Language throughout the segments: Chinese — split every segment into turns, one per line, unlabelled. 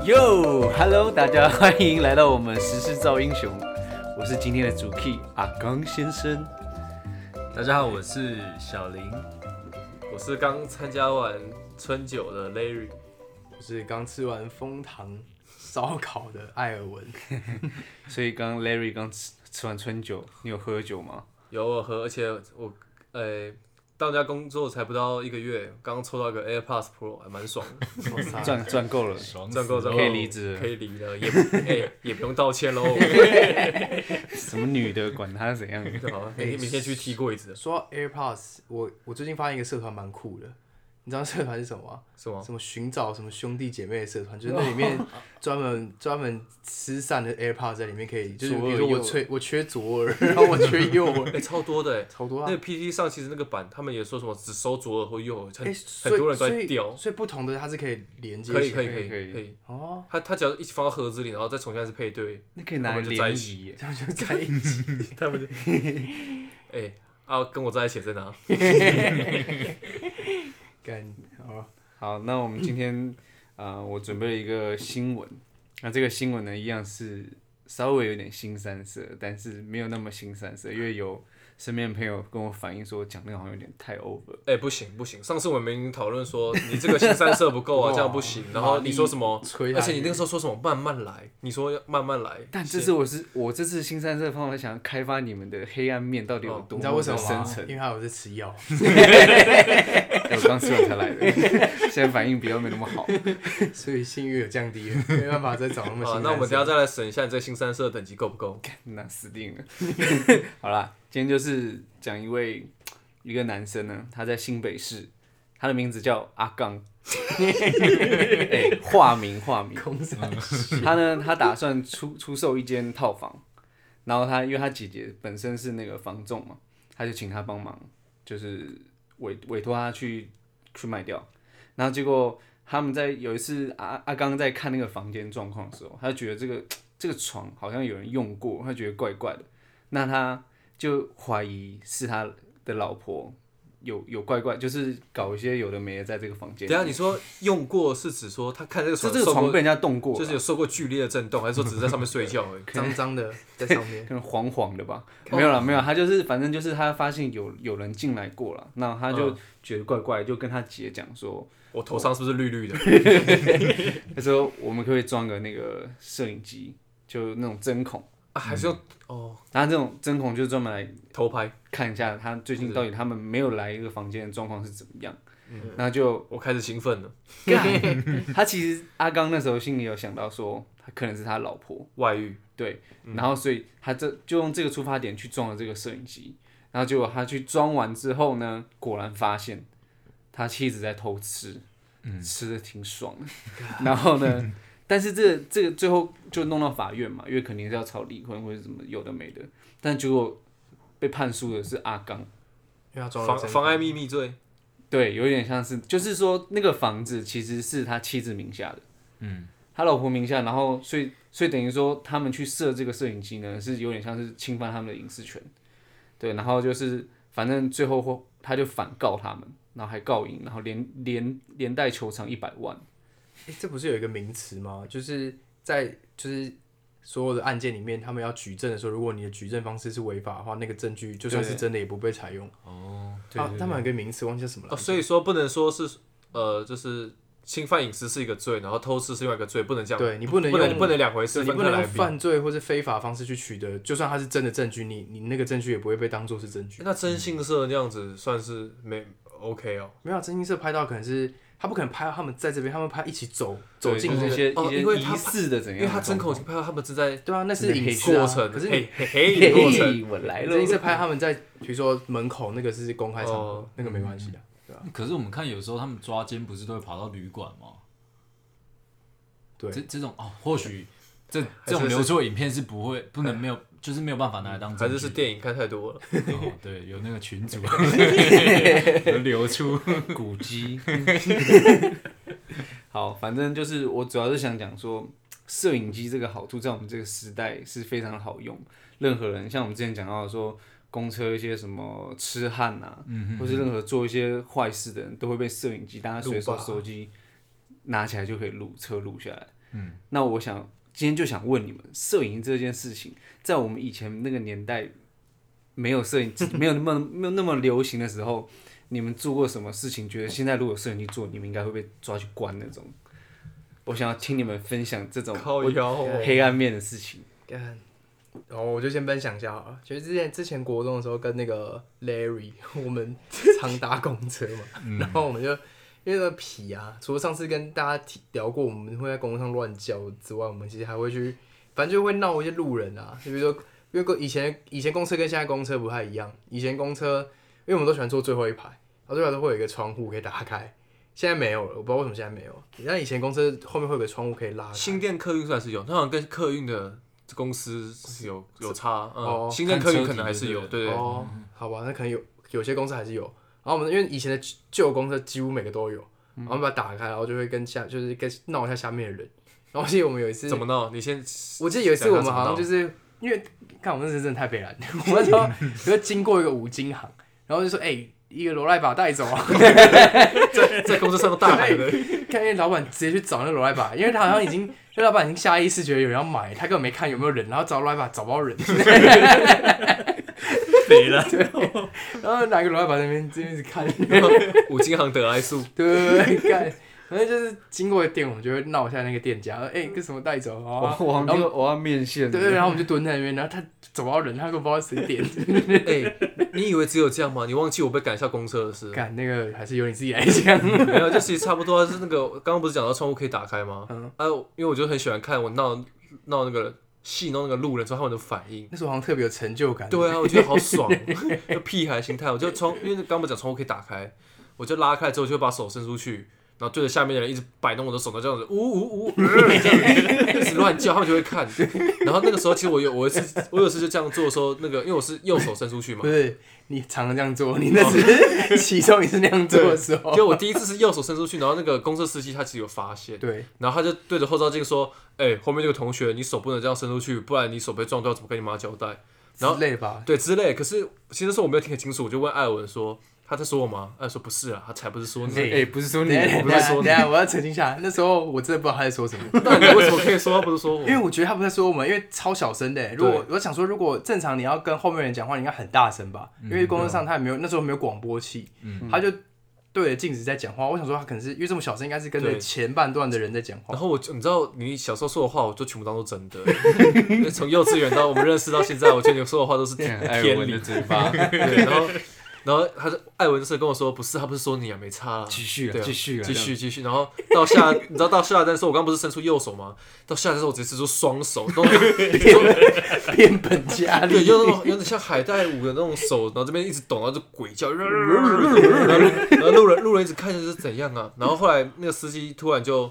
Yo，Hello，大家欢迎来到我们时事造英雄，我是今天的主 key 阿刚先生。
大家好，我是小林。
我是刚参加完春酒的 Larry，
我是刚吃完枫糖烧烤的艾尔文，
所以刚刚 Larry 刚吃吃完春酒，你有喝酒吗？
有我喝，而且我呃到人家工作才不到一个月，刚抽到一个 AirPods Pro，还蛮爽的，
赚赚够了，
啊爽死
赚够之后
可以离职了
可以离了，也不 哎也不用道歉喽。
什么女的管她怎 样？
好啊，明天明天去踢柜子，
说到 AirPods，我我最近发现一个社团蛮酷的，你知道社团是什么吗？
是吗？
什么寻找什么兄弟姐妹的社团，就是那里面
哦
专门专门失散的 AirPods 在里面可以，就是比
左耳
如
右
说我
耳
缺我缺左耳，然后我缺右耳，
哎，超多的哎。
超多
那
啊
个！PT 上其实那个版，他们也说什么只收左耳或右耳，很
哎，
很
所
多
以
人都
所
在
以
掉。
所以不同的它是可以连接
可以
起
可
来
以可以
可以
可以，
哦，
他他只要一放到盒子里，然后再重新开始配 对，
那可以拿来联谊耶，
这样就在 一起。
他们就哎啊跟我在一起在哪？
干哦，
好，那我们今 天啊、呃我准备了一个新闻。那这个新闻呢，一样是稍微有点新三色，但是没有那么新三色，因为有身边的朋友跟我反映说，讲那个好像有点太 over。
哎、不行不行，上次我们明明讨论说你这个新三色不够
不够
啊，
啊
这样不行。然
马
后
力
你说什么？
吹下
而
去
且你那个时候说什么慢慢来，你说要慢慢来。
但这次我是我这次新三色方法想要开发你们的黑暗面到底有多
哦你知道
么
为什
的
么
深
吗？
沉
因。为他有在吃药。
哎我刚吃完才来的，现在反应比较没那么好。
所以信誉有降低了，没办法再找那么新
啊，
三色。
那我们等一下再来审一下你这个新三色的等级够不够？
那死定了。 好啦，今天就是讲一位一个男生呢，他在新北市，他的名字叫阿刚，哎化名化名。他呢，他打算出出售一间套房，然后他因为他姐姐本身是那个房仲嘛，他就请他帮忙，就是委委托他去去卖掉。然后结果他们在有一次阿阿刚在看那个房间状况的时候，他就觉得这个这个床好像有人用过，他觉得怪怪的，那他就怀疑是他的老婆有有怪怪，就是搞一些有的没的在这个房间
等
里。
一下你说用过是指说他看这个
就
床
这个
受
床
过
被，人家动过了，啊
就是有受过剧烈的震动，还是说只是在上面睡觉而 已？
脏脏的在上 面，
可能黄黄的吧，没有了，没有啦，他就是反正就是他发现有有人进来过了，那他
嗯
就觉得怪怪，就跟他姐讲说，
我头上是不是绿绿的？
他说我们可不可以装个那个摄影机，就那种针孔，
啊，还是用哦
然后这种针孔就专门来
偷拍？
看一下他最近到底他们没有来一个房间的状况是怎么样，
嗯
那就
我开始兴奋了，
他其实阿刚那时候心里有想到说，他可能是他老婆，
外遇。
对，然后所以他这就用这个出发点去装了这个摄影机，然后结果他去装完之后呢，果然发现他妻子在偷吃，吃的挺爽的，然后呢，但是这个这个最后就弄到法院嘛，因为肯定是要吵离婚或者什么有的没的，但结果被判输的是阿刚。
因为他装了
妨
真
妨碍秘密罪，
对，有点像是，就是说那个房子其实是他妻子名下的，嗯，他老婆名下，然后所以所以等于说他们去设这个摄影机呢，是有点像是侵犯他们的隐私权，对，然后就是反正最后或他就反告他们，然后还告赢，然后连连连带球场一百万，
诶这不是有一个名词吗？就是在就是所有的案件里面，他们要举证的时候，如果你的举证方式是违法的话，那个证据就算是真的也不被采用。哦，啊，他们有一个名词忘记叫什么
哦，
了。
所以说不能说是呃，就是侵犯隐私是一个罪，然后偷吃是另外一个罪，不能这样，
对你不能
不能
用
不能两回事，
你
分
不
开
能
来
用
比。
犯罪或是非法方式去取得，就算它是真的证据，你你那个证据也不会被当做是证据。
那真性色那样子算是没 OK 哦。
没有真心社拍到可能是他不可能拍到他们在这边，他们拍一起走走进
这
这个
些、
哦
一些
因为他
疑似的怎
因
样的状况，
为他针孔已经拍到他们正在
对啊，那是
那
隐
黑
私啊
过程，
可是你
嘿嘿嘿过程，
嘿我来
这一次
了，
拍他们在，比如说门口那个是公开场合，
哦
那个没关系的，啊对吧、
可是我们看，有时候他们抓奸不是都会跑到旅馆吗？这
对，
这种哦，或许这
是
这种流出的影片是不会不能没有，就是没有办法拿来当
还
证据。
是是电影看太多了。
哦对，有那个群主 有流出，
古迹。好，反正就是我主要是想讲说，摄影机这个好处在我们这个时代是非常好用。任何人，像我们之前讲到的说，公车一些什么痴汉啊，或是任何做一些坏事的人都会被摄影机，大家随手
录吧
手机拿起来就可以录车录下来。嗯，那我想今天就想问你们，摄影这件事情，在我们以前那个年代，没有摄影， 没有那么没有那么流行的时候，你们做过什么事情？觉得现在如果摄影去做，你们应该会被抓去关那种。我想要听你们分享这种
靠腰哦，
黑暗面的事情。
干，然后我就先分享一下好了。其实之前之前国中的时候，跟那个 Larry，我 们常搭公车
嗯
嘛，然后我们就因为那个皮啊，除了上次跟大家提聊过，我们会在公车上乱叫之外，我们其实还会去，反正就会闹一些路人啊，就比如说，因为公以前以前公车跟现在公车不太一样，以前公车因为我们都喜欢坐最后一排，然后最后一排都会有一个窗户可以打开。现在没有了，我不知道为什么现在没有。像以前公车后面会有个窗户可以拉开，
新店客运算是有，它好像跟客运的公司是有有差，嗯，
哦
新店客运可能还
看车体
是有，对
对
对
哦，好吧，那可能有有些公司还是有。然后我们因为以前的旧旧公司几乎每个都有，
嗯
然后我们把它打开，然后就会跟下就是跟闹一下下面的人。然后我记得我们有一次，
怎么闹？你先，
我记得有一次我们好
讲
像
一下怎么闹
就是因为看我们那时真的太北蓝， 我们就就经过一个五金行，然后就说哎、一个罗赖把带走啊，
在公车上大喊的，
看见老板直接去找那个罗赖把，因为他好像已经， 那老板已经下意识觉得有人要买，他根本没看有没有人，然后找罗赖把找不到人，
肥了，
然后哪个罗赖把在那边这边一直看，
五金行德来速，
对，干，反正就是经过店，我们就会闹一下那个店家，哎、这什么带走啊？
我我
然后
要我要面线。
对，然后我们就蹲在那边，然后他找不到人，他都不知道谁 点，
哎，你以为只有这样吗？你忘记我被赶下公车的事？
干那个还是由你自己来讲。
没有，就其实差不多啊，就是那个刚刚不是讲到窗户可以打开吗？
嗯
啊，因为我就很喜欢看我闹闹那个戏弄那个路人之后他们的反应。
那时候好像特别有成就感，
对啊，我觉得好爽，就屁孩心态。我就窗，因为刚刚不是讲窗户可以打开，我就拉开之后就会把手伸出去，然后对着下面的人一直摆弄我的手，然后这样子，呜呜呜，呃这样子 一直乱叫，他们就会看。然后那个时候，其实我有我有一次，我有一次就这样做的时候，那个因为我是右手伸出去嘛
不，是你常常这样做，你那 只是其中一次那样做的时候，
就我第一次是右手伸出去，然后那个公车司机他其实有发现，
对，
然后他就对着后照镜说：“哎、后面这个同学，你手不能这样伸出去，不然你手被撞掉，怎么跟你妈交代？”然后
之类吧。
对之类。可是其实是我没有听很清楚，我就问艾文说：“他在说我吗？”艾文说：“不是啊，他才不是说你。
哎、不是说
等
你，
一下
我
等
不
一
是
下
说
等一
你。
下，我要澄清一下，那时候我真的不知道他在说什么。
那你为什么可以说他不是说我
因？为我觉得他不在说我们，因为超小声的。欸如果我想说，如果正常你要跟后面人讲话，你应该很大声吧？
嗯
因为工
啊
作上他也没有那时候没有广播器，他就对着镜子在讲话。我想说他可能是因为这么小声，应该是跟着
对哦
前半段的人在讲话
然。后我就，你知道你小时候说的话，我就全部当做真的。 从幼稚园到我们认识到现在，我觉得你说的话都是
看
天
艾
天
文
理
的。 嘴巴，
对，然后然后他就艾文是跟我说，不是，他不是说你啊，没差啊。
继续啊
对啊，
继续啊，
继续继续，然后到下， 你知道到下单的时候，我刚不是伸出右手吗？到下单的时候，我直接伸出双手， 然后
变本加
对，
厉，
用 那种有点像海带舞的那种手，然后这边一直抖，然后就鬼 叫，然后然后路人路人一直看着是怎样啊？然后后来那个司机突然就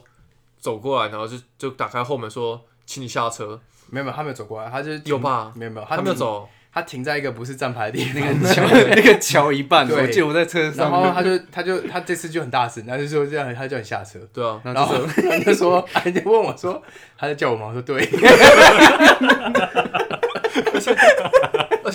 走过来，然后就就打开后门说：“请你下车。
没有没有，他没有走过来，他就是
有吧
没有没有，”
他没有，走，
他停在一个不是站牌的地方。
桥 那个桥一半，
对
我记得我在车
然
上，
后他就他就他这次就很大声，他就说这样，他叫你下车。
对啊，
然
然
后
后他就说，他就问我说，他在叫我吗？我 说对，
而且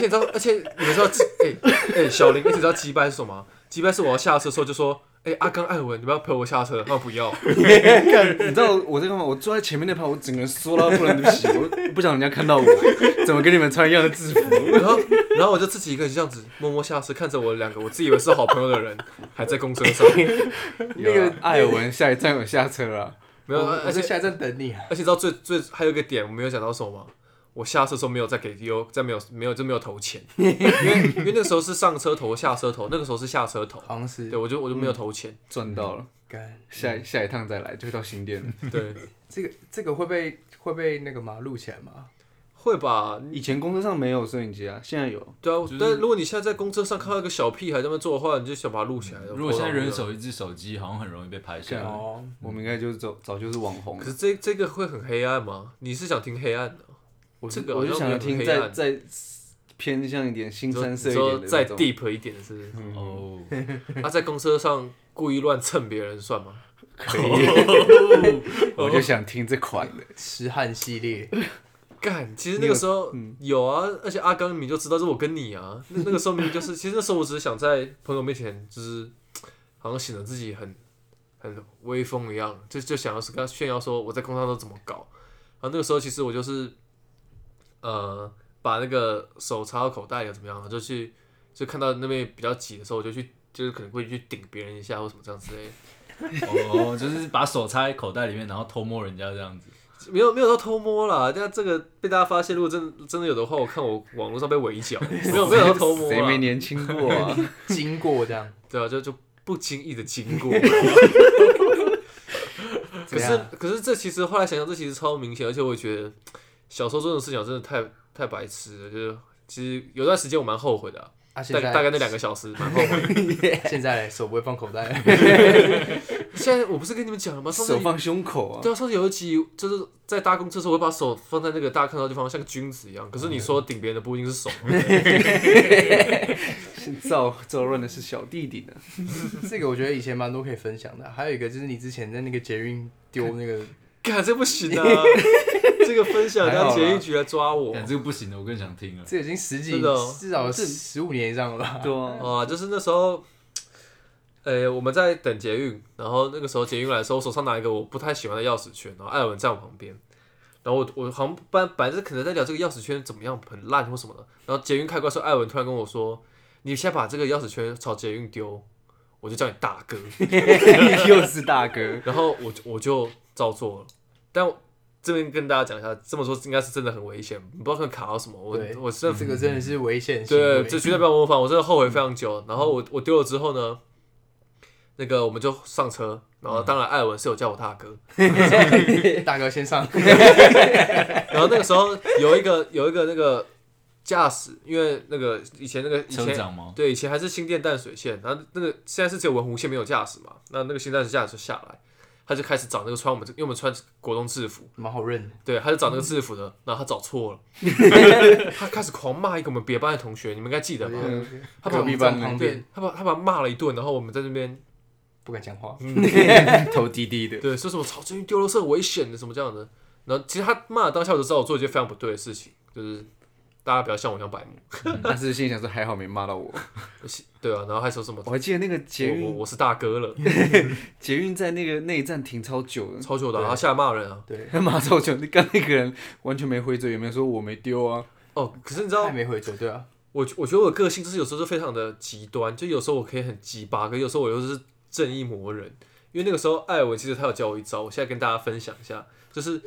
你知道，而且你们知道，哎、哎、小林，你知道击败是什么吗？击败是我要下车的时候就说：“哎、阿刚、艾文，你们要陪我下车。”他不要，
就你知道我 在干嘛？我坐在前面那排，我整个人缩到不能不行，我不想人家看到我， 怎么跟你们穿一样的制服？
然后然后我就自己一个人这样子默默下车，看着我两个我自以为是好朋友的人还在公车上，
那个啊艾文下一站我下车了，
没有，
我
而
我
且
在下一站等你啊。
而且你知道最最还有一个点我没有讲到什么吗？我下车的时候没有再给 D O，再没有没有就没有投钱，因为因为那个时候是上车头下车头，那个时候是下车头，
好像是
对我就我就没有投钱，
赚到了，
干
下一下一趟再来就到新店了。
对，
这个这个会被会被那个吗录起来吗？
会吧？
以前公车上没有摄影机啊，现在有。
对啊，但如果你现在在公车上看到一个小屁孩在那边做的话，你就想把他录起
嗯
来。
如果现在人
手，
手一只手机，好像很容易被拍下
啊
来。
哦，
我们应该就是早早就是网红
可
了。
是这这个会很黑暗吗？你是想听黑暗的？哦
我
这个好
我就想
像没
要
有
听
黑
再
暗
再偏向一点新
你说
三色
你
一点的
说
那
再
种
deep 一点是不是？
哦，
他在公车上故意乱蹭别人算吗？
可以，我就想听这款 的。
啊
痴汉系列，
干，其实那个时候有啊，而且阿刚你就知道是我跟你啊，那那个时候明明就是，其实那时候我只是想在朋友面前，就是好像显得自己很很威风一样，就就想要是跟他炫耀说我在工厂都怎么搞。然后那个时候其实我就是，呃，把那个手插到口袋啊里怎么样，就去就看到那边比较挤的时候，我就去就是可能会去顶别人一下或什么这样之类的。
哦，就是把手插在口袋里面，然后偷摸人家这样子。
没有没有到偷摸啦，但这个被大家发现，如果真的真的有的话，我看我网络上被围 剿，没有没有到偷摸
谁没
啦，
年轻 过啊？
经过这样，
对啊，就就不经意的 经过。可
怎
是
啊
样
可是这其实后来想想，这其实超明显，而且我觉得小时候做这种事情真的太太白痴了，就是其实有段时间我蛮后悔的啊、
啊，现
大
在
大概那两个小时蛮后 悔的。
现在嘞手不会放口袋，
现在我不是跟你们讲了吗？上次
手放胸口啊？
对啊，上次有一集就是在搭公车的时候，我会把手放在那个大家看到的地方，像个君子一样。可是你
嗯
说顶别人的不一定是手，
造造乱的是小弟弟呢。
这个我觉得以前蛮多可以分享的。啊还有一个就是你之前在那个捷运丢那个，
干这不行啊！ 这个分享
还好
让
啦
捷运局来抓我
但哎这个不行的，我更想听了。
这已经十几
真的哦
至少十五年以上了吧？
对啊，
啊！就是那时候，呃，我们在等捷运，然后那个时候捷运来的时候，我手上拿一个我不太喜欢的钥匙圈，然后艾文在我旁边，然后我我好像本本来是可能在聊这个钥匙圈怎么样很烂或什么的，然后捷运开关的时候，艾文突然跟我说：“你先把这个钥匙圈朝捷运丢，我就叫你大 哥。”
又是大哥，
然后我就我就照做了，但我这边跟大家讲一下，这么说应该是真的很危险，不知道会卡到什么。我
对
我真的
这
嗯
个真的是危险行为
对，啊这绝对不要模仿，我真的后悔非常久。然后我我丢了之后呢，那个我们就上车，然后当然艾文是有叫我大哥，
大哥先上，
然后那个时候有一个有一个那个驾驶，因为那个以前那个以
车
前
长吗？
对以前还是新店淡水线，然后那个现在是只有文湖线没有驾驶嘛，那那个新淡水驾驶就下来，他就开始找那个穿我们这因为我们穿国中制服。
蛮好认的。
对，他就找那个制服的，然后他找错了， 他开始狂骂一个我们别班的同学，你们应该记得吧？他把
隔
我
壁
们
班
站
的
旁边
对，他把他把他骂了一顿，然后我们在那边
不敢讲话，
头低低的，
对说什么草最近丢了是很危险的什么这样的，然后其实他骂的当下我就知道我做了一件非常不对的事情，就是大家不要像我一样白目，
但是心里想说还好没骂到 我。
对啊，然后还说什么
我还记得那个哦捷
我我
运，
我是大哥了，
捷运在那个内站停超久的，
超久的啊，他下来骂人啊，
对，
骂超久。那刚那个人完全没回嘴，也没有说我没丢 啊。
哦，可是你知道
太没回嘴，对啊，
我我觉得我的个性就是有时候是非常的极端，就有时候我可以很鸡巴，可有时候我又是正义魔人。因为那个时候艾文其实他有教我一招，我现在跟大家分享一下，就是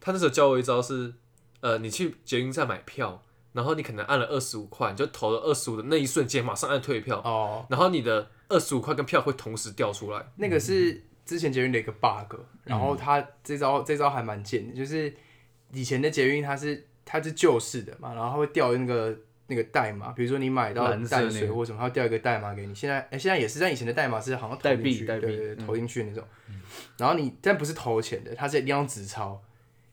他那时候教我一招是，呃，你去捷运站买票，然后你可能按了二十五块，你就投了二十五的那一瞬间马上按退票，
哦，
然后你的二十五块跟票会同时掉出来。
那个是之前捷运的一个 bug，然后他这招这招还蛮贱的，就是以前的捷运它是它是旧式的嘛，然后它会掉那个那个代码，比如说你买到
蓝色
淡
那
水
个
或什么，它会掉一个代码给你。现在、哎现在也是，但以前的代码是好像投
代
进
币
去
代币
对对对，
嗯
投进去的那种。然后你但不是投钱的，它是一定要纸钞，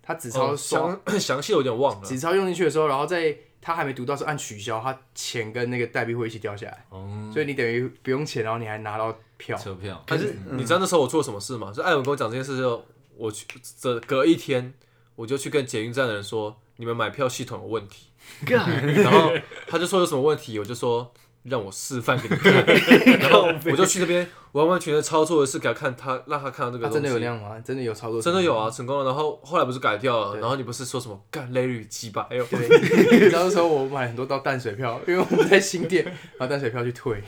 它纸钞
哦
刷
详 详细的有点忘了，
纸钞用进去的时候，然后在它还没读到是按取消，它钱跟那个代币会一起掉下来，
哦，
所以你等于不用钱，然后你还拿到票。
车票。
啊
哎
可
嗯
是
嗯
你知道那时候我做了什么事吗？就艾文跟我讲这件事之后，我去这隔一天我就去跟捷运站的人说，你们买票系统有问题。然后他就说有什么问题，我就说让我示范给你 看。然后我就去那边完完全全操作的是给他看他，让他看到这个东西。
它啊真的有那样吗？真的有操作？
真的有啊，成功了。然后后来不是改掉了，
对
然后你不是说什么干 Larry 鸡巴？哎呦，
对，到时候我买很多到淡水票， 因为我们在新店，然后淡水票去 退，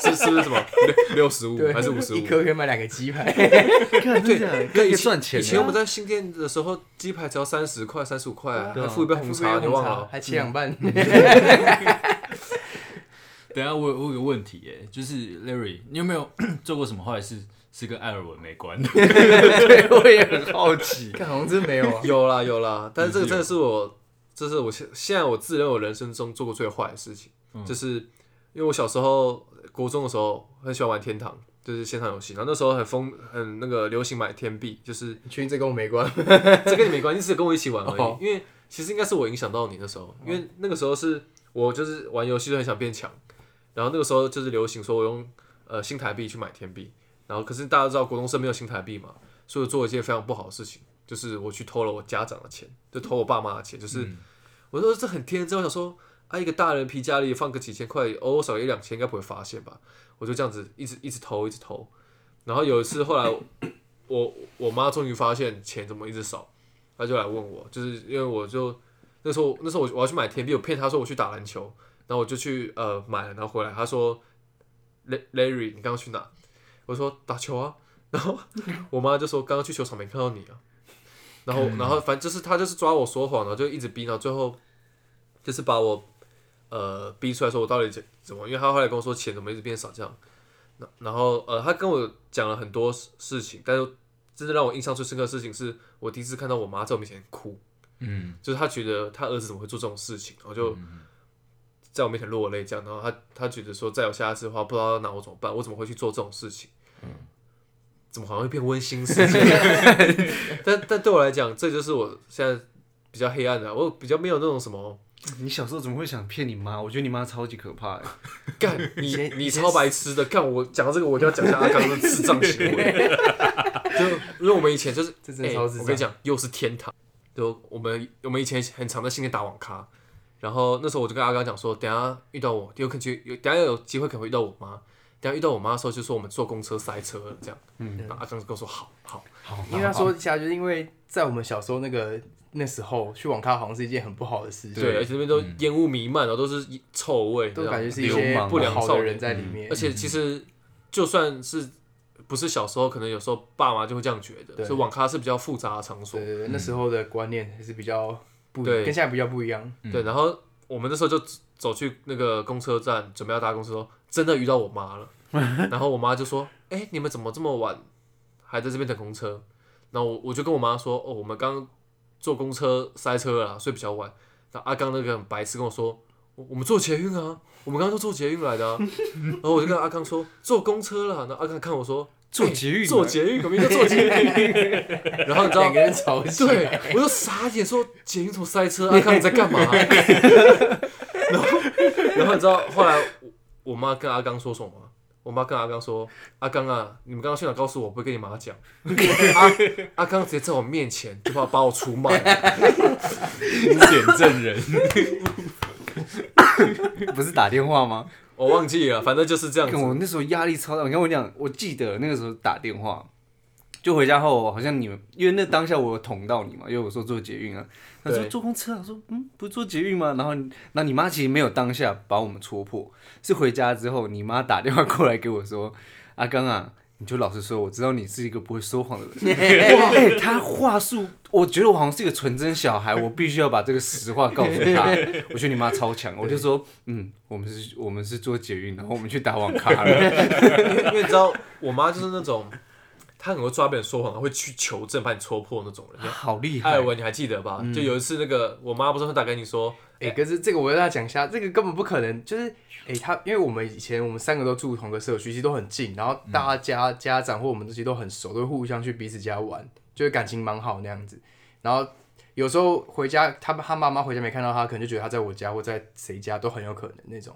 是是不是什么六六十五
对，
还是五十五？
一颗可以买两个鸡排，
对可以赚钱
以前我们
的。
在新店的时候，鸡排只要三十块、三十五块，
对
还
啊
附一杯红 茶，你忘了？嗯
还切 两半，
等一下我有我有个问题耶，就是 Larry，你有没 有做过什么坏事是跟艾尔文没关的？
对，我也很好 奇。
看好像真没有 啊。
有啦有啦，但是这个真的是我，这是我现现在我自认我人生中做过最坏的事情，就是因为我小时候国中的时候很喜欢玩天堂，就是线上游戏，然后那时候很疯，很那个流行买天币，就是
去这跟我没 关，
这跟你没关系，只是跟我一起玩而已。
哦
因为其实应该是我影响到你那时候，哦因为那个时候是我就是玩游戏就很想变强，然后那个时候就是流行说我用呃新台币去买天币，然后可是大家都知道国中生没有新台币嘛，所以我做了一件非常不好的事情，就是我去偷了我家长的钱，就偷我爸妈的钱，就是、我说这很天真，我想说啊一个大人皮夹里放个几千块，偶尔少个一两千应该不会发现吧，我就这样子一直一直偷一直偷。然后有一次后来我我我妈终于发现钱怎么一直少，她就来问我，就是因为我就那时候那时候我我要去买甜币，我骗她说我去打篮球，然后我就去呃买了，然后回来她说，La-，Larry 你刚刚去哪？我说打球啊，然后我妈就说刚刚去球场没看到你啊，然后然后反正就是她就是抓我说谎，然后就一直逼，然后最后就是把我呃逼出来说我到底怎怎么，因为她后来跟我说钱怎么一直变少这样。那然后呃，他跟我讲了很多事事情，但是真的让我印象最深刻的事情是我第一次看到我妈在我面前哭，
嗯，
就是她觉得她儿子怎么会做这种事情，然后就在我面前落泪这样，然后她她觉得说再有下一次的话，不知道要拿我怎么办，我怎么会去做这种事情？怎么好像会变温馨事件？ 但但对我来讲，这就是我现在比较黑暗的，啊我比较没有那种什么
你小时候怎么会想骗你妈？我觉得你妈超级可怕的。
干你你超白痴的，干我讲到这个，我一定要讲一下阿刚的智障行 为。就因为我们以前就是，
这真的超
欸
智障
我跟你讲，又是天堂。就我们我们以前很常在新店打网咖，然后那时候我就跟阿刚讲说，等一下遇到我，有可能就有等一下有机会可能会遇到我妈。等一下遇到我妈的时候，就说我们坐公车塞车了这样。嗯，然后阿刚就跟我说好好，
因为他说一下，就是因为在我们小时候那个那时候去网咖好像是一件很不好的事，
对，而且那边都烟雾弥漫，然后都是臭味，这
都
样
感觉是一
嗯
些
流氓啊
不
不良
好
啊少
的
年嗯
人在里面
而。且其实就算是不是小时候，可能有时候爸妈就会这样觉得，
对
所以网咖是比较复杂的场所
对。对对，那时候的观念还是比较不
对
跟现在比较不一样。
嗯
对，然后我们那时候就走去那个公车站，准备要搭公车的时候，真的遇到我 妈了。然后我妈就说：“哎、你们怎么这么晚还在这边等公车？”然后我我就跟我妈说：“哦，我们刚坐公车塞车了啦，所以比较晚。”然后阿刚那个很白痴跟我说：“我我们坐捷运啊，我们刚刚都坐捷运来 的、啊。”然后我就跟阿刚说：“坐公车啦。”然后阿刚看我说：“
坐
欸
捷运
坐
来
捷运，我们就坐捷运。” 然后你知道
两个人吵 起来，
对， 我就傻眼说：“捷运怎么塞车？阿刚你在干嘛、然后，然后你知道后来我我妈跟阿刚说什么吗？我妈跟阿刚说：“阿刚啊，你们刚刚去哪？告诉我，我不会跟你妈 讲。阿”阿刚直接在我面前就把把我出卖了，
污点证人，
不是打电话吗？
我忘记了，反正就是这样
看
子。
我那时候压力超大，你看我讲，我记得那个时候打电话，就回家后好像你们，因为那当下我有捅到你嘛，因为我说坐捷运啊，他说
对
坐公车啊，我说嗯，不是坐捷运吗？然后那你妈其实没有当下把我们戳破，是回家之后你妈打电话过来给我说，阿刚啊。你就老实说，我知道你是一个不会说谎的人。哇，哎、他话术，我觉得我好像是一个纯真小孩，我必须要把这个实话告诉他。我觉得你妈超强，我就说，嗯，我们是，我们是做捷运，然后我们去打网咖了。
因为因为你知道，我妈就是那种她很会抓别人说谎，会去求证把你戳破那种 人。
哎
好厉
艾尔文，你还记得吧？
嗯
就有一次那个我妈不是会打给你说，
哎、可是这个我要跟他讲一下，这个根本不可能。就是，哎、他因为我们以前我们三个都住同个社区，其实都很近，然后大家、家长或我们这些都很熟，都会互相去彼此家玩，就是感情蛮好那样子。然后有时候回家，他他妈妈回家没看到他，可能就觉得他在我家或在谁家都很有可能那种。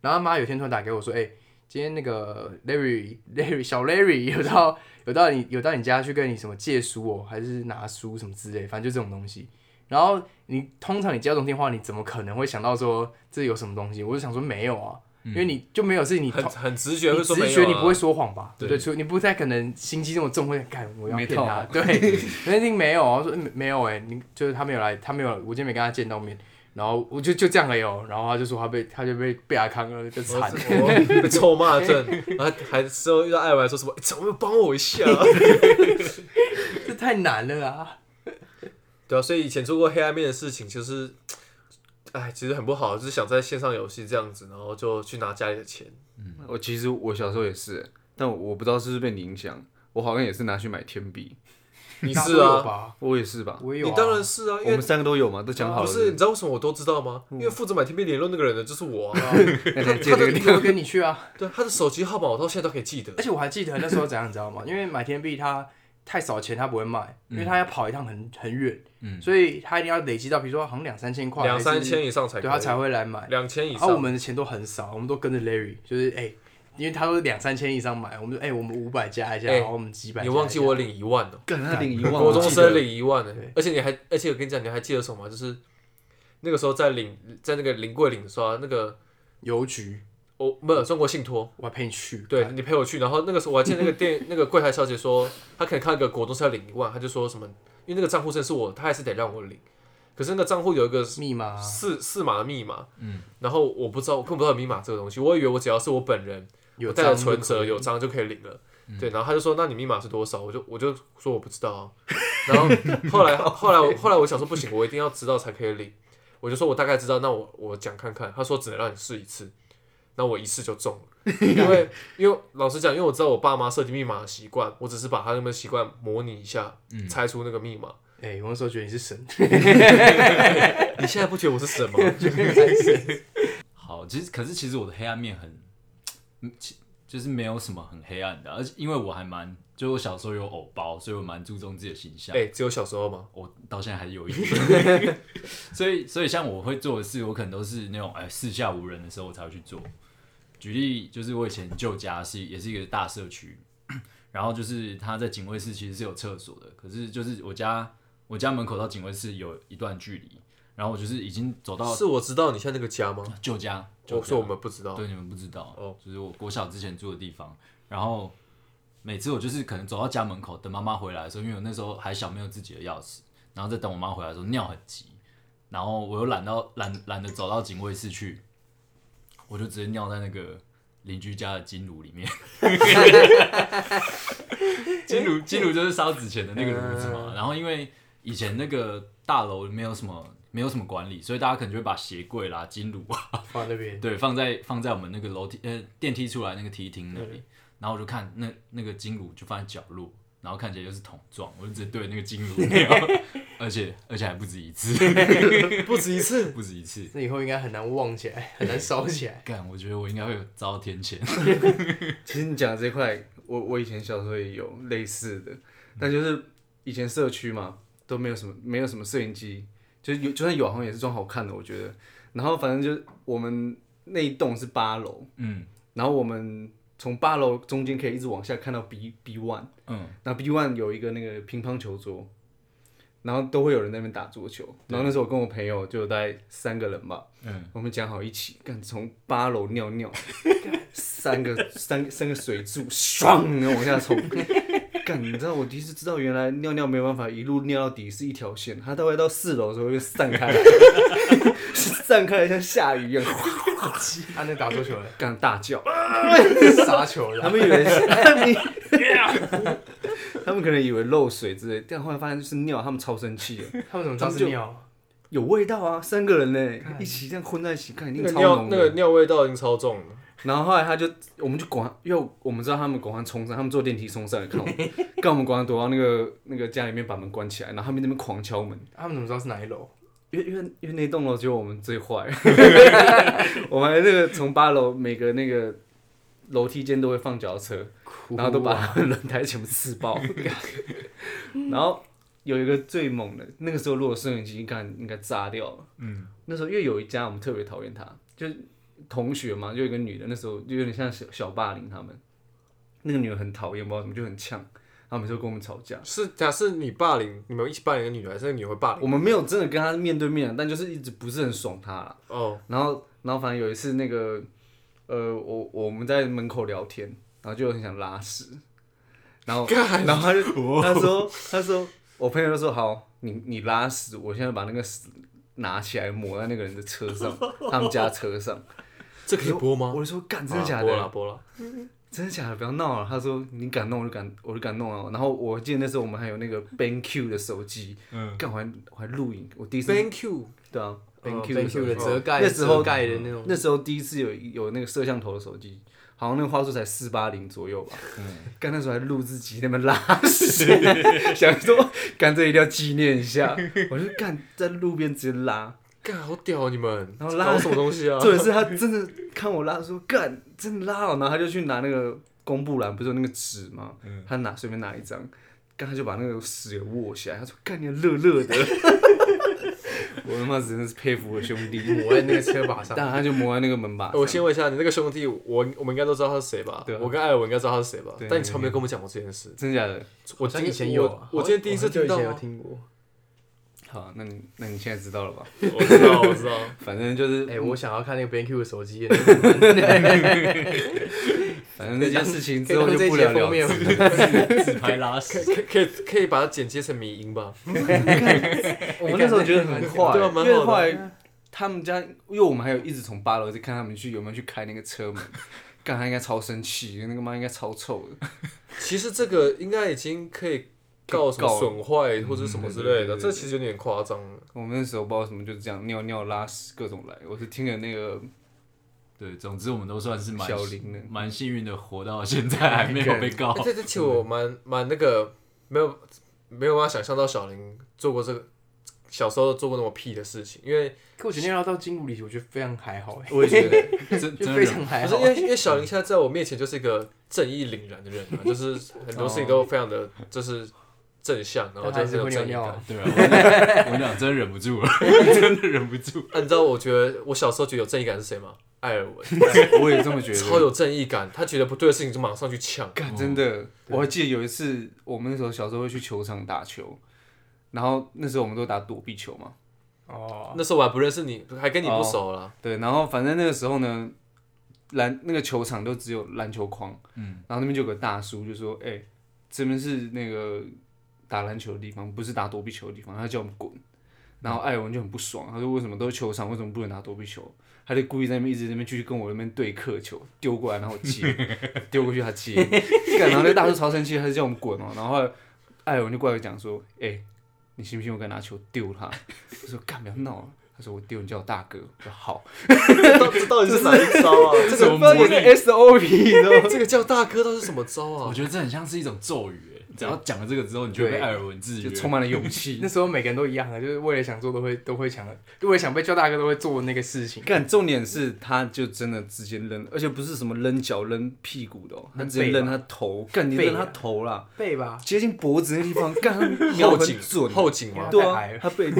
然后他妈有一天突然打给我说：“哎、今天那个 Larry Larry 小 Larry 有到有到你有到你家去跟你什么借书哦，还是拿书什么之类，反正就这种东西。”然后你通常你接到这种电话，你怎么可能会想到说这有什么东西？我就想说没有啊，因为你就没有事，你
很
通
很直觉
你
会说没
直
有
觉
啊
你不会说谎吧？对
对
不对，除你不太可能心机这么重，会干我要
没
骗
套
他
啊，
对， 那一定没有啊。我说嗯没有哎、你就是他没有来，他没有，我今天没跟他见到面。然后我就就这样了哟，然后他就说他被他就被被阿康了，就惨哦
我。我被 臭骂阵，然后还之后遇到艾文还说什么，欸怎么没有帮我一下？啊
这太难了啊！
对啊，所以以前做过黑暗面的事情，就是，哎，其实很不好，就是想在线上游戏这样子，然后就去拿家里的钱。
我其实我小时候也是，但我我不知道是不是被你影响，我好像也是拿去买天币，
你
大家
是
都有
啊，
吧？
我也是吧？
我也有、啊。
你当然是啊，因
我
为
们。三个都有嘛，都讲好
不
了。
是，你知道为什么我都知道吗？因为负责买天边联络那个人的就是我啊。
那才借这
他
个
的
地
我跟你去啊。
对，他的手机号码我到现在都可以记得
而。且我还记得那时候怎样，你知道吗？因为买天币他太少钱，他不会卖，因为他
嗯
要跑一趟很很远，所以他一定要累积到，比如说好像两三千块，
两三
还
千
是，
以上才可
对
以
他才会来买。
两千以
然啊后我
上。
们的钱都很少，我们都跟着 Larry，就是哎、因为他都是两三千以上买，我们就哎、我们五百加一下，
哎
然后我们几百加一
你
下。
忘记我领一万了？哦
干他领一 万，
国中
我记得
生领一万呢、
对
而且你还，而且我跟你讲，你还记得什么吗？就是那个时候在领，在那个临柜领的时候啊，那个
邮局？
哦，不是中国信托，
我要陪你去。
对你陪我去，然后那个时候我还记得那个店 那个柜台小姐说，她可能看到一个果冻是要领一万，她就说什么，因为那个账户证是我，她还是得让我领，可是那个账户有一个
密码啊，
四四码的密码，嗯，然后我不知道，我根本不知道有密码这个东西，我以为我只要是我本人，
有
我带着
章就
存折
可以
有章就可以领嗯了。对，然后他就说：“那你密码是多少？”我就我就说我不知道啊、然 后后来后来我后来我想说不行，我一定要知道才可以领。我就说我大概知道，那我我讲看看。他说只能让你试一次，那我一次就中了，因为 因为老实讲，因为我知道我爸妈设定密码的习惯，我只是把他们的习惯模拟一下，猜出那个密码。
哎、我那时候觉得你是神，
你现在不觉得我是神吗？
好，其实可是其实我的黑暗面很，嗯其就是没有什么很黑暗的，而且因为我还蛮，就我小时候有偶包，所以我蛮注重自己的形象。
哎、只有小时候吗？
我到现在还有一点， 所以所以像我会做的事，我可能都是那种哎四下无人的时候我才会去做。举例就是我以前旧家是也是一个大社区， 然后就是它在警卫室其实是有厕所的，可是就是我家我家门口到警卫室有一段距离，然后我就是已经走到
是我知道你现在那个家吗？
旧家，旧
我
家
说我们不知道。
对，你们不知道
哦
哦，就是我国小之前住的地方。然后每次我就是可能走到家门口，等妈妈回来的时候，因为我那时候还小，没有自己的钥匙，然后再等我妈回来的时候尿很急，然后我又懒到懒懒得走到警卫室去，我就直接尿在那个邻居家的金炉里面。 金炉金炉就是烧纸钱的那个炉子嘛，然后因为以前那个大楼没有什么没有什么管理，所以大家可能就会把鞋柜啦、金炉啊
放那边。
对，放在放在我们那个楼梯呃电梯出来那个梯厅那里，然后我就看那那个金炉就放在角落，然后看起来就是桶状，我就直接对那个金炉尿，而且而且还不止一次，
不止一次，
不止一次。
那以后应该很难旺起来，很难烧起来。
干，我觉得我应该会有遭天谴。
其实你讲的这块，我我以前小时候也有类似的，但就是以前社区嘛，都没有什么没有什么摄影机，就是有就算有好像也是装好看的，我觉得。然后反正就是我们那一栋是八楼，
嗯
然后我们从八楼中间可以一直往下看到 B B one，
嗯，
然后 B one 有一个那个乒乓球桌，然后都会有人在那边打桌球。然后那时候我跟我朋友就有大概三个人吧，
嗯，
我们讲好一起干，从八楼尿尿，三个三三个水柱，唰，然后往下冲。干，你知道我第一次知道原来尿尿没有办法一路尿到底是一条线，它大概到四楼的时候就散开来， 散开来像下雨一样，
他、啊那打桌球 的，
干大叫。
杀球的
他，们以为是他们，他们可能以为漏水之类，但后来发现就是尿，他们超生气的，
他们怎么知
他
道
们
是
就
尿？
有味道啊，三个人呢一起这样混在一起，看一定
那个
超
尿
浓
那个
的。
尿味道已经超重了。
然后后来他就，我们就广，因为我们知道他们广汉冲上，他们坐电梯冲上来看 我们，看我们广汉躲到那个那个家里面把门关起来，然后他们在那边狂敲门，
他们怎么知道是哪一楼？
因为因为因为那栋楼只有我们最 坏，我们还那个从八楼每个那个楼梯间都会放脚踏车，然后都把他们 轮胎全部刺爆。然后有一个最猛的，那个时候如果摄影机应该应该炸掉了。嗯，那时候因为有一家我们特别讨厌他，就是同学嘛，就有一个女的，那时候就有点像小小霸凌他们。那个女的很讨厌，不知道怎么就很呛，然后每次都跟我们吵架。
是，假设你霸凌，你们一起霸凌的女的，还是那个女的会霸凌？
我们没有真的跟她面对面，啊但就是一直不是很爽她啦。
哦，
然后，然后反正有一次那个，呃，我我们在门口聊天，然后就很想拉屎，然后然后他就他说他说我朋友就说好，你你拉屎，我现在把那个屎拿起来抹在那个人的车上，他们家车上。
这可以播吗？
我就说干，真的假
啊播了
的？
播了，
真的假的？不要闹了。他说你敢弄我就敢，我就敢弄啊。然后我记得那时候我们还有那个 BenQ 的手机，
嗯
干我还我还录影，我第一次
Thank you。
对啊
BenQ
，BenQ
哦
的手机
的
哦
折盖，
那时候
折盖的那种，
那时候第一次有有那个摄像头的手机，好像那个话术才四八零左右吧。
嗯，
干那时候还录自己那边拉屎， 想说干这一定要纪念一下。我就干在路边直接拉，
干，好屌啊你们！
然后拉
搞什么东西 啊？
重点是他真的看我拉，说干真的拉哦，然后他就去拿那个公布栏，不是有那个纸吗？
嗯
他拿随便拿一张，干他就把那个屎给握起来，他说干你乐乐 的。我他妈真的是佩服我兄弟，
抹在 那个车把上。
但他就磨在那个门把上
我。先问一下，你那个兄弟，我我们应该都知道他是谁吧？
对啊
我跟艾尔文应该知道他是谁吧
对？
但你从来没有跟我们讲过这件事。
真的假的？
我
好像
今
以前有啊
我，我今天第一次听到啊
好像以前有听过，
好，那你那你现在知道了吧？
我知道，我知道。
反正就是，
哎、我想要看那个 BenQ 的手机耶，
反正那件事情之
可以
后
当
就
这一
不
集
了
的封
了
面
之。
吗，
自拍拉屎，
可以可以可以把它剪接成迷音吧？
我们那时候觉得很坏，
对啊蛮好
因
的
为后来他们家，因为我们还有一直从八楼一直看他们去有没有去开那个车门， 干他应该超生气，那个妈应该超臭的。
其实这个应该已经可以告什么损坏或者什么之类的，这其实有点夸张了。
我们那时候不知道什么就是这样尿尿拉屎各种来，我是听了那个
对，总之我们都算是蛮
小林的
蛮幸运的，活到现在还没有被告
哎，。对对，其实我蛮蛮那个没有没有办法想象到小林做过这个小时候做过那么屁的事情，因为
可我觉得尿到金骨里，我觉得非常还好，哎，
我也觉得。
真
就
真
非
的
常还
不是
好
因。为因为小林现在在我面前就是一个正义凛然的人嘛，就是很多事情都非常的就是正向，然后
但
就
还
是
是
有
会尿
正义
尿
感。
啊，
对啊，我跟你讲，真的忍不住了， 真的忍不住。
啊你知道我觉得我小时候觉得有正义感是谁吗？艾尔文，
我也这么觉
超
得。
有正义感，他觉得不对的事情就马上去抢。
干真的，
哦
我还记得有一次，我们那时候小时候会去球场打球，然后那时候我们都打躲避球嘛，
哦，
那时候我还不认识你，还跟你不熟啦。
对，然后反正那个时候呢，篮那个球场都只有篮球框，嗯，然后那边就有个大叔就说：“哎、这边是那个打篮球的地方，不是打躲避球的地方。”他叫我们滚。然后艾文就很不爽，他说：“为什么都是球场，为什么不能打躲避球？”他就故意在那边一直在那边继续跟我那边对客球，丢过来然后我接， 丢过去他接，干然后那个大叔超生气，他就叫我们滚哦。然后后来艾文就过来讲说：“哎、你信不信我敢拿球丢他？”我说：“干，不要闹了。”他说：“我丢，你叫我大哥。”我说：“好。”
这到这到底是哪一招啊？ 这
这
个
个不知道有点 SOP，你知道吗？
这个叫大哥到底是什么招
我
啊？
觉得这很像是一种咒语，哎只要讲了这个之后，你就会被艾尔文 制
就
约。
充满了勇气
那。时候每个人都一样的，啊就是为了想做都会都会想，为了想被叫大哥都会做那个事情。
干，重点是他就真的直接扔，而且不是什么扔脚、扔屁股的、哦，他直接扔他头，干你
背啊
扔他头啦，
背啊吧，
接近脖子那地方，干他瞄
后
很
颈
准，
后颈吗？
对
太
啊
矮了，
他被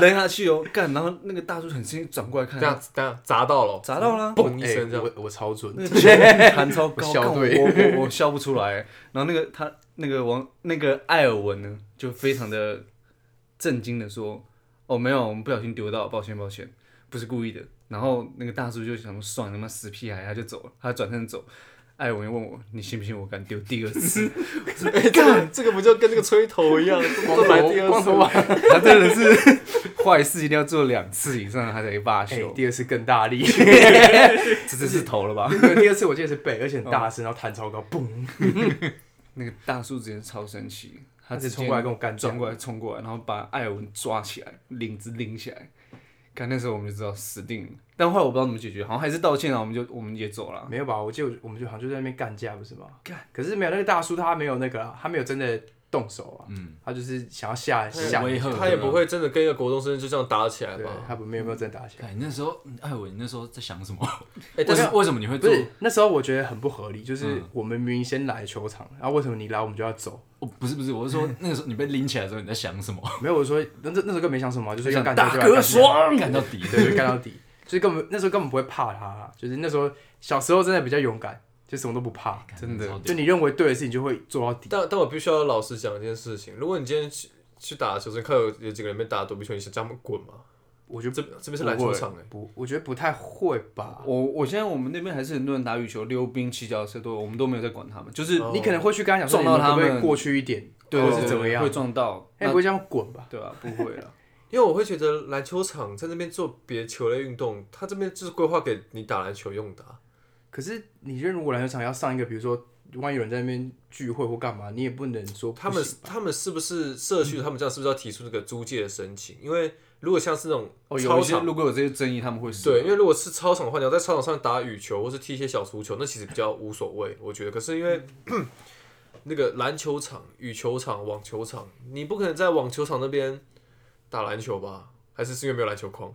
扔下去哦，干，然后那个大叔很生气转过来看
这样
他，
这样砸到了，
砸到了。啊
嘣一
哎
声这样。
我我超准，
那个球弹超高，干
我笑
我
对
我我我笑不出来。然后那个他那个王那个艾尔文呢，就非常的震惊的说：“哦，没有，我们不小心丢到，抱歉抱歉，不是故意的。”然后那个大叔就想说：“算了，他妈死屁孩！”他就走了，他转身走。艾尔文又问我：“你信不信我敢丢第二次
哎，这个这个不就跟那个吹头 一样，这来第二
光头
次。
吧，？”
他真的是 坏事一定要做两次以上，他才罢
哎，
休。
第二次更大 力。
这真是头了吧？
没有第二次我记得是背，而且很大声，然后弹超高，嘣，
那个大叔直接超生气，他
他直
直
接
接
冲过来跟我干
转
仗。
过来冲过来，然后把艾尔文抓起来，领子拎起来。看那时候我们就知道死定了，但后来我不知道怎么解决，好像还是道歉啊了，我们就我们也走了。
没有吧？我记得我们就好像就在那边干架，不是吗？干，可是没有那个大叔，他没有那个啊，他没有真的动手啊，
嗯，
他就是想要吓
他也
吓
威
你，
吓
他也不会真的跟一个国中生就这样打起来
对
吧？
他不没有没有真的打起来。
哎，那时候艾尔文那时候在想什么？
哎，
为
但是
什为什么你会
不
做？
是那时候我觉得很不合理，就是
嗯
我们明明先来球场，然后为什么你来我们就要走？
哦，不是不是，我是说那个时候你被拎起来的时候你在想什么？
没有我说那那那时候根本没想什么，就是要干架
大啊
就要干
哥
架
爽，感到底。
对，就干到底，所以根本那时候根本不会怕他啦，就是那时候小时候真的比较勇敢，就什么都不怕，
真的
超屌
就你认为对的事情就会做到底。
但但我必须要老实讲一件事情，如果你今天去去打球，你看有有几个人被打躲避球，你想叫他们滚吗？
我觉得
这这边是篮球场哎、
不，我觉得不太会吧。
我我现在我们那边还是很多人打羽球、溜冰、骑脚踏车，都有我们都没有在管他们，就是
哦
你可能会去跟他讲说，
撞到
你可不可以
他们
过去一点，
对
或
对
是
对
怎么样
会？撞到，
哎，
那
不会这样滚吧？
对吧？不会了，
因为我会觉得篮球场在那边做别球类运动，它这边就是规划给你打篮球用的啊、
可是你觉得如果篮球场要上一个，比如说万一有人在那边聚会或干嘛，你也不能说不
他们
行
他们是不是社区？他们这样是不是要提出那个租借的申请？因为如果像是那种
哦，有
操
一些
场，
如果有这些争议，他们会
对，
对
因为如果是操场的话，你要在操场上打羽球或是踢一些小足球，那其实比较无所谓，我觉得。可是因为、 那个篮球场、羽球场、网球场，你不可能在网球场那边打篮球吧？还是是因为没有篮球框？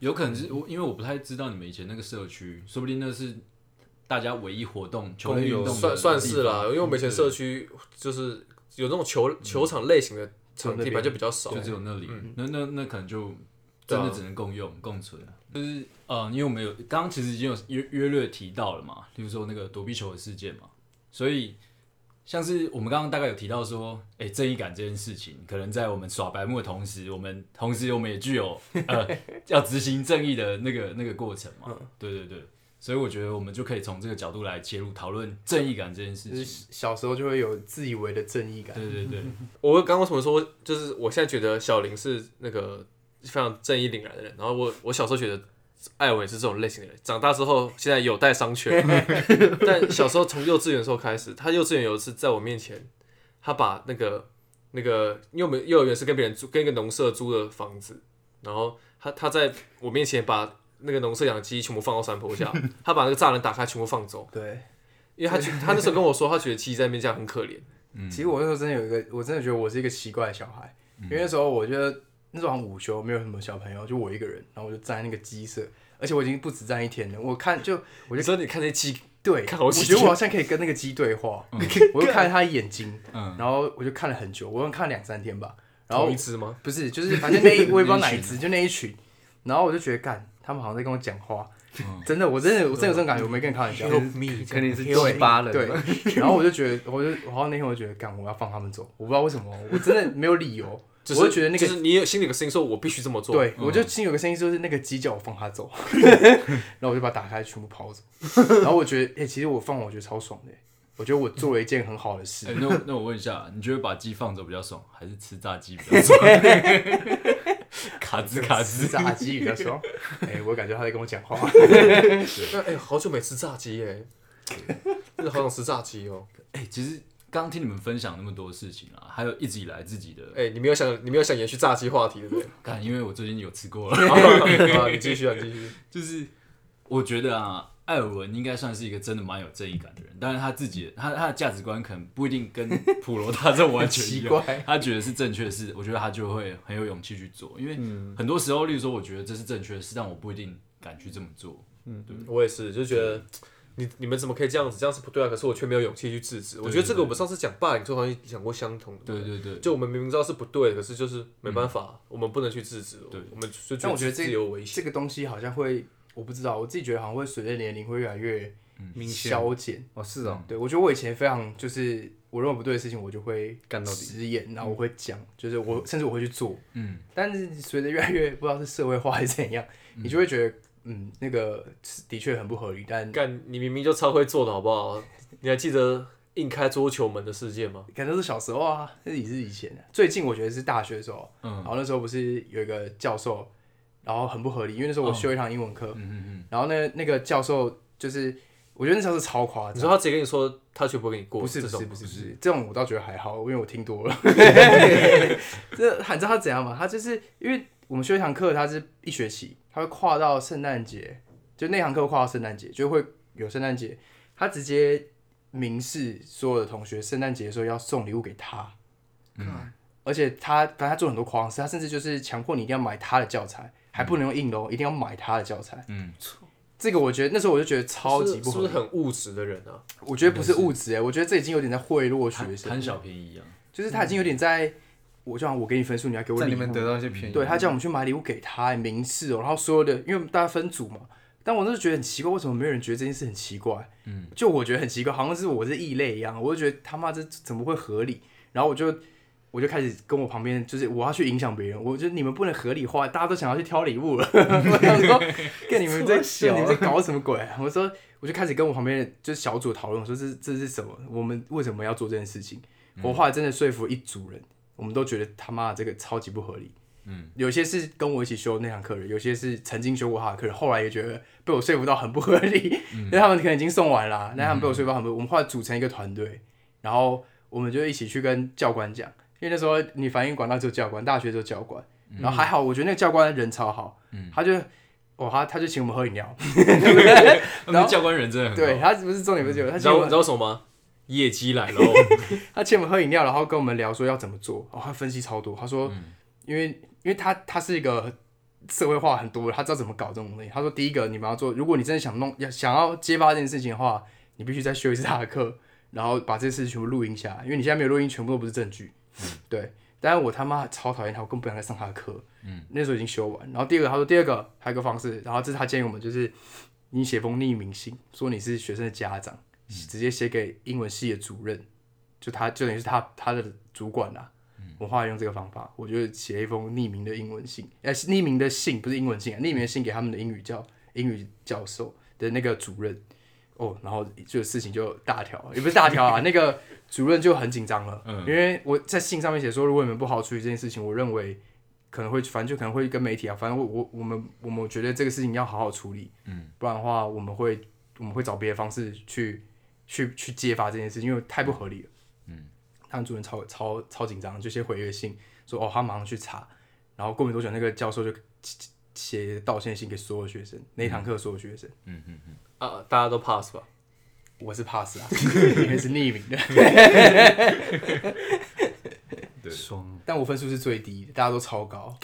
有可能是我，因为我不太知道你们以前那个社区，说不定那是大家唯一活动球类运动的
算算是
地
啦，
方
因为我们以前社区就是有那种球球场类型的场地吧，就比较少
就。只有那里，那那那可能就真的只能共用、共存啊。就是呃，因为我们有刚刚其实已经有约约略提到了嘛，例如说那个躲避球的事件嘛，所以像是我们刚刚大概有提到说，哎、正义感这件事情，可能在我们耍白目的同时，我们同时我们也具有呃要执行正义的那个那个过程嘛。对对对，所以我觉得我们就可以从这个角度来切入讨论正义感这件
就
事
是
情。
小时候就会有自以为的正义感。
对对对，
我刚刚为什么说，就是我现在觉得小林是那个非常正义凛然的人，然后我我小时候觉得艾文也是这种类型的人，长大之后现在有待商榷。 但小时候从幼稚园的时候开始，他幼稚园有一次在我面前，他把那个那个，因为我们幼儿园是跟别人租，跟一个农舍租的房子，然后他他在我面前把那个农舍养的鸡全部放到山坡下， 他把那个栅栏打开，全部放走，
对，
因为他觉他那时候跟我说，他觉得鸡在面下很可怜。
其实我那时候真的有一个，我真的觉得我是一个奇怪的小孩，因为那时候我觉得那时候好像午休没有什么小朋友，就我一个人，然后我就站在那个鸡舍，而且我已经不止站一天了，我看就
你
我就
说你看那鸡
对，
看好
我
几
觉得嗯
天
我好像可以跟那个鸡对话，我就看他眼 睛，
嗯
然后我就看了很久，我好像看了两三天吧，然后
同一只吗？
不是，就是反正那一我也不知道哪一只， 就那一群。然后我就觉得，干，他们好像在跟我讲话，真的，我真的，我真的有这种感觉，我没跟你开玩笑。
你肯定是
对
鸡巴人，
对，然后我就觉得，我就，然后那天我就觉得，干，我要放他们走，我不知道为什么，我真的没有理由，
就是、
我就觉得那个，
就是你有心里有个声音说，我必须这么做。，
对，我就心有个声音，就是那个鸡叫我放它走，然后我就把它打开，全部跑走。然后我觉得，哎、其实我放完我觉得超爽的、我觉得我做了一件很好的事
哎、。 那我那我问一下，你觉得把鸡放走比较爽，还是吃炸鸡比较爽？ 卡兹卡
吃
兹，
炸鸡比较爽，哎、我感觉他在跟我讲话。
那哎、好久没吃炸鸡耶、真的好想吃炸鸡哦、
哎、其实刚刚听你们分享那么多事情啊，还有一直以来自己的
哎、你没有想，你没有想延续炸鸡话题，对 不对？
看，因为我最近有吃过
哎
了，
啊，你继续啊，你继续。
就是我觉得啊，艾尔文应该算是一个真的蛮有正义感的人，但是他自己的他他的价值观可能不一定跟普罗大众完全一
很
样
奇怪，
他觉得是正确的事，我觉得他就会很有勇气去做，因为
嗯
很多时候，例如说，我觉得这是正确的事，但我不一定敢去这么做。
我也是，就觉得你你们怎么可以这样子？这样是不对啊，可是我却没有勇气去制止。我觉得这个我们上次讲霸凌，就好像讲过相同的。
对对对，
就我们明明知道是不对的，可是就是没办法，我们不能去制止。
对
嗯我们就
但我觉得这
自由危险。
这个东西好像会，我不知道，我自己觉得好像会随着年龄会越来越
明显
消减。
哦，是哦，
对我觉得我以前非常就是我认为不对的事情，我就会
干到底
直言，然后我会讲，就是我甚至我会去做。
嗯，
但是随着越来越不知道是社会化还是怎样，你就会觉得嗯，那个是的确很不合理，但
干，你明明就超会做的好不好？你还记得硬开桌球门的事件吗？
可能是小时候啊，那也是以前的、最近我觉得是大学的时候，
嗯
然后那时候不是有一个教授，然后很不合理，因为那时候我修一堂英文课，
嗯嗯嗯，
然后呢那个教授就是我觉得那时候是超夸
你
张
说。他直接跟你说他绝不会给你过，
啊不是
这
不
种
是不是不是，这种我倒觉得还好，因为我听多了。这你知道他怎样吗？他就是因为我们修一堂课，他是一学期，他会跨到圣诞节，就那堂课跨到圣诞节，就会有圣诞节，他直接明示所有的同学圣诞节的时候要送礼物给他。而且他反正他做很多夸张事，他甚至就是强迫你一定要买他的教材，还不能用印的哦，一定要买他的教材。
嗯，
这个我觉得那时候我就觉得超级不
是
合
不
理
是。很物质的人啊？
我觉得不是物质哎、我觉得这已经有点在贿赂学
贪
生
贪，小便宜啊，
就是他已经有点在，我就想我给你分数，你要给我
在
礼
里面得
物。
到一些便宜，
对他叫我们去买礼物给他、欸，明示哦、然后所有的，因为大家分组嘛，但我那时候觉得很奇怪，为什么没有人觉得这件事很奇怪？嗯，就我觉得很奇怪，好像是我是异类一样，我就觉得他妈这怎么会合理？然后我就我就开始跟我旁边，就是我要去影响别人，我觉得你们不能合理化，大家都想要去挑礼物了。我想说，跟你们在
小
跟你们在搞什么鬼、啊？我说，我就开始跟我旁边的就是小组讨论，我说这这是什么？我们为什么要做这件事情？我后来真的说服一组人，我们都觉得他妈的这个超级不合理。嗯，有些是跟我一起修那堂课的，有些是曾经修过他的课的，后来也觉得被我说服到很不合理，因为他们可能已经送完了啊，那他们被我说服到很不，我们后来组成一个团队，然后我们就一起去跟教官讲，因为那时候你反应管到只有教官，大学只有教官，然后还好，我觉得那个教官人超好，他就哇他他就请我们喝饮料，
他们教官人真的很好
对，他不是重点不是有他
你知
请
道
我
你
们
知道为什么吗？业绩来 了哦，
他请我们喝饮料，然后跟我们聊说要怎么做，哦他分析超多，他说因为因为他他是一个社会化很多的，他知道怎么搞这种东西，他说第一个你们要做，如果你真的想弄要想要揭发这件事情的话，你必须再修一次他的课，然后把这件事情全部录音下来，因为你现在没有录音，全部都不是证据，对。但是我他妈超讨厌他，我根本不想再上他的课。嗯，那时候已经修完。然后第二个，他说第二个还有一个方式，然后这是他建议我们，就是你写封匿名信，说你是学生的家长，直接写给英文系的主任，就他就等于是他他的主管啦、我后来用这个方法，我就写一封匿名的英文信，呃，匿名的信不是英文信啊，匿名的信给他们的英语教英语教授的那个主任。哦，然后就事情就大条，也不是大条啊，那个主任就很紧张了，因为我在信上面写说，如果你们不好好处理这件事情，我认为可能会，反正就可能会跟媒体啊，反正我我我们我们觉得这个事情要好好处理，嗯，不然的话我们会我们会找别的方式去去去揭发这件事，因为太不合理了，嗯，他们主任超超超紧张，就先回一个信说哦，他马上去查，然后过没多久那个教授就写道歉信给所有学生，那一堂课所有学生。
啊，大家都 pass 吧。
我是 pass 啊，因为是匿名的，
爽，
但我分数是最低的，大家都超高。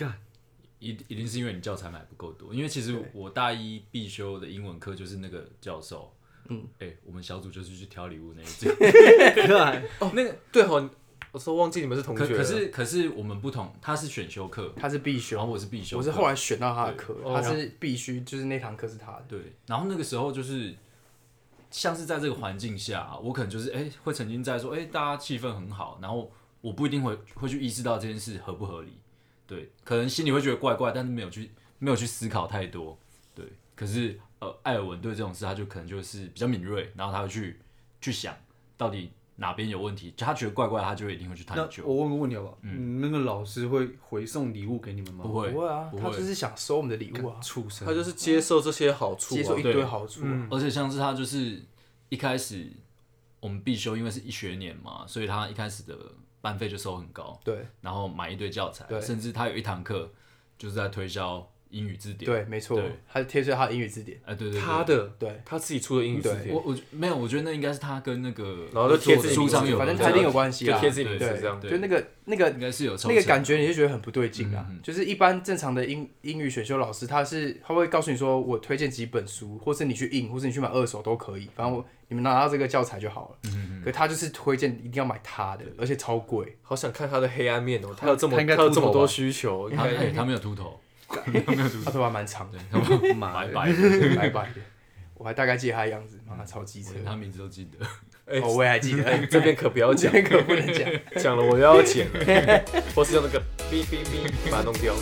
一一定是因为你教材买不够多，因为其实我大一必修的英文课就是那个教授。嗯，哎、我们小组就是去挑礼物那一组，
对哦，我说忘记你们是同学
可
了。
啊
可是可是我们不同，他是选修课，
他是必
然
修，
后我是必修课，
我是后来选到他的课，
哦
他是必须，就是那堂课是他的。
对，然后那个时候就是像是在这个环境下，我可能就是哎、会曾经在说哎、大家气氛很好，然后我不一定会会去意识到这件事合不合理，对，可能心里会觉得怪怪，但是没有去没有去思考太多，对。可是呃，艾尔文对这种事，他就可能就是比较敏锐，然后他会去去想到底哪边有问题，就他觉得怪怪，他就一定会去探
那
究。
我问个问题好不好？嗯，那个老师会回送礼物给你们吗？
不会，
不会啊
不，
他
会
就是想收我们的礼物啊，
畜生
他就是接受这些好处
接受
啊
一。堆好处啊。
而且像是他就是一开始我们必修，因为是一学年嘛，所以他一开始的班费就收很高，
对
然后买一堆教材，
对
甚至他有一堂课就是在推销英语字典。，
对，没错
对，
他贴出他的英语字典。
哎、对对对
他的
对，
他自己出的英语字典，
我我觉没有，我觉得那应该是他跟那个
然后就贴自己
书
名
上
字
有
反正
合
对
他
作
一定有关系
就
啦。
贴自己名字
对
这样。
对
就那个那个
应该是有抽
那个
成
感觉你就觉得很不对劲啊。
嗯嗯
就是一般正常的英英语选修老师，他是他会告诉你说，我推荐几本书，或是你去印，或是你去买二手都可以，反正我你们拿到这个教材就好了。
嗯
可他就是推荐一定要买他的，而且超贵。
好想看他的黑暗面哦，他有这么
他应该
有
秃
这
头
么多
吧
需求，应
他
该
哎他没有秃头，嗯
他头发蛮长的，
妈
白
的，
白的，
白白的。我还大概记得他的样子，妈超机车
我。连他名字都记得。
哎
哦，我也还记 得，
这边可不要讲，
这个不能讲。
讲了我又要剪了，或是用那个哔哔哔把它弄掉。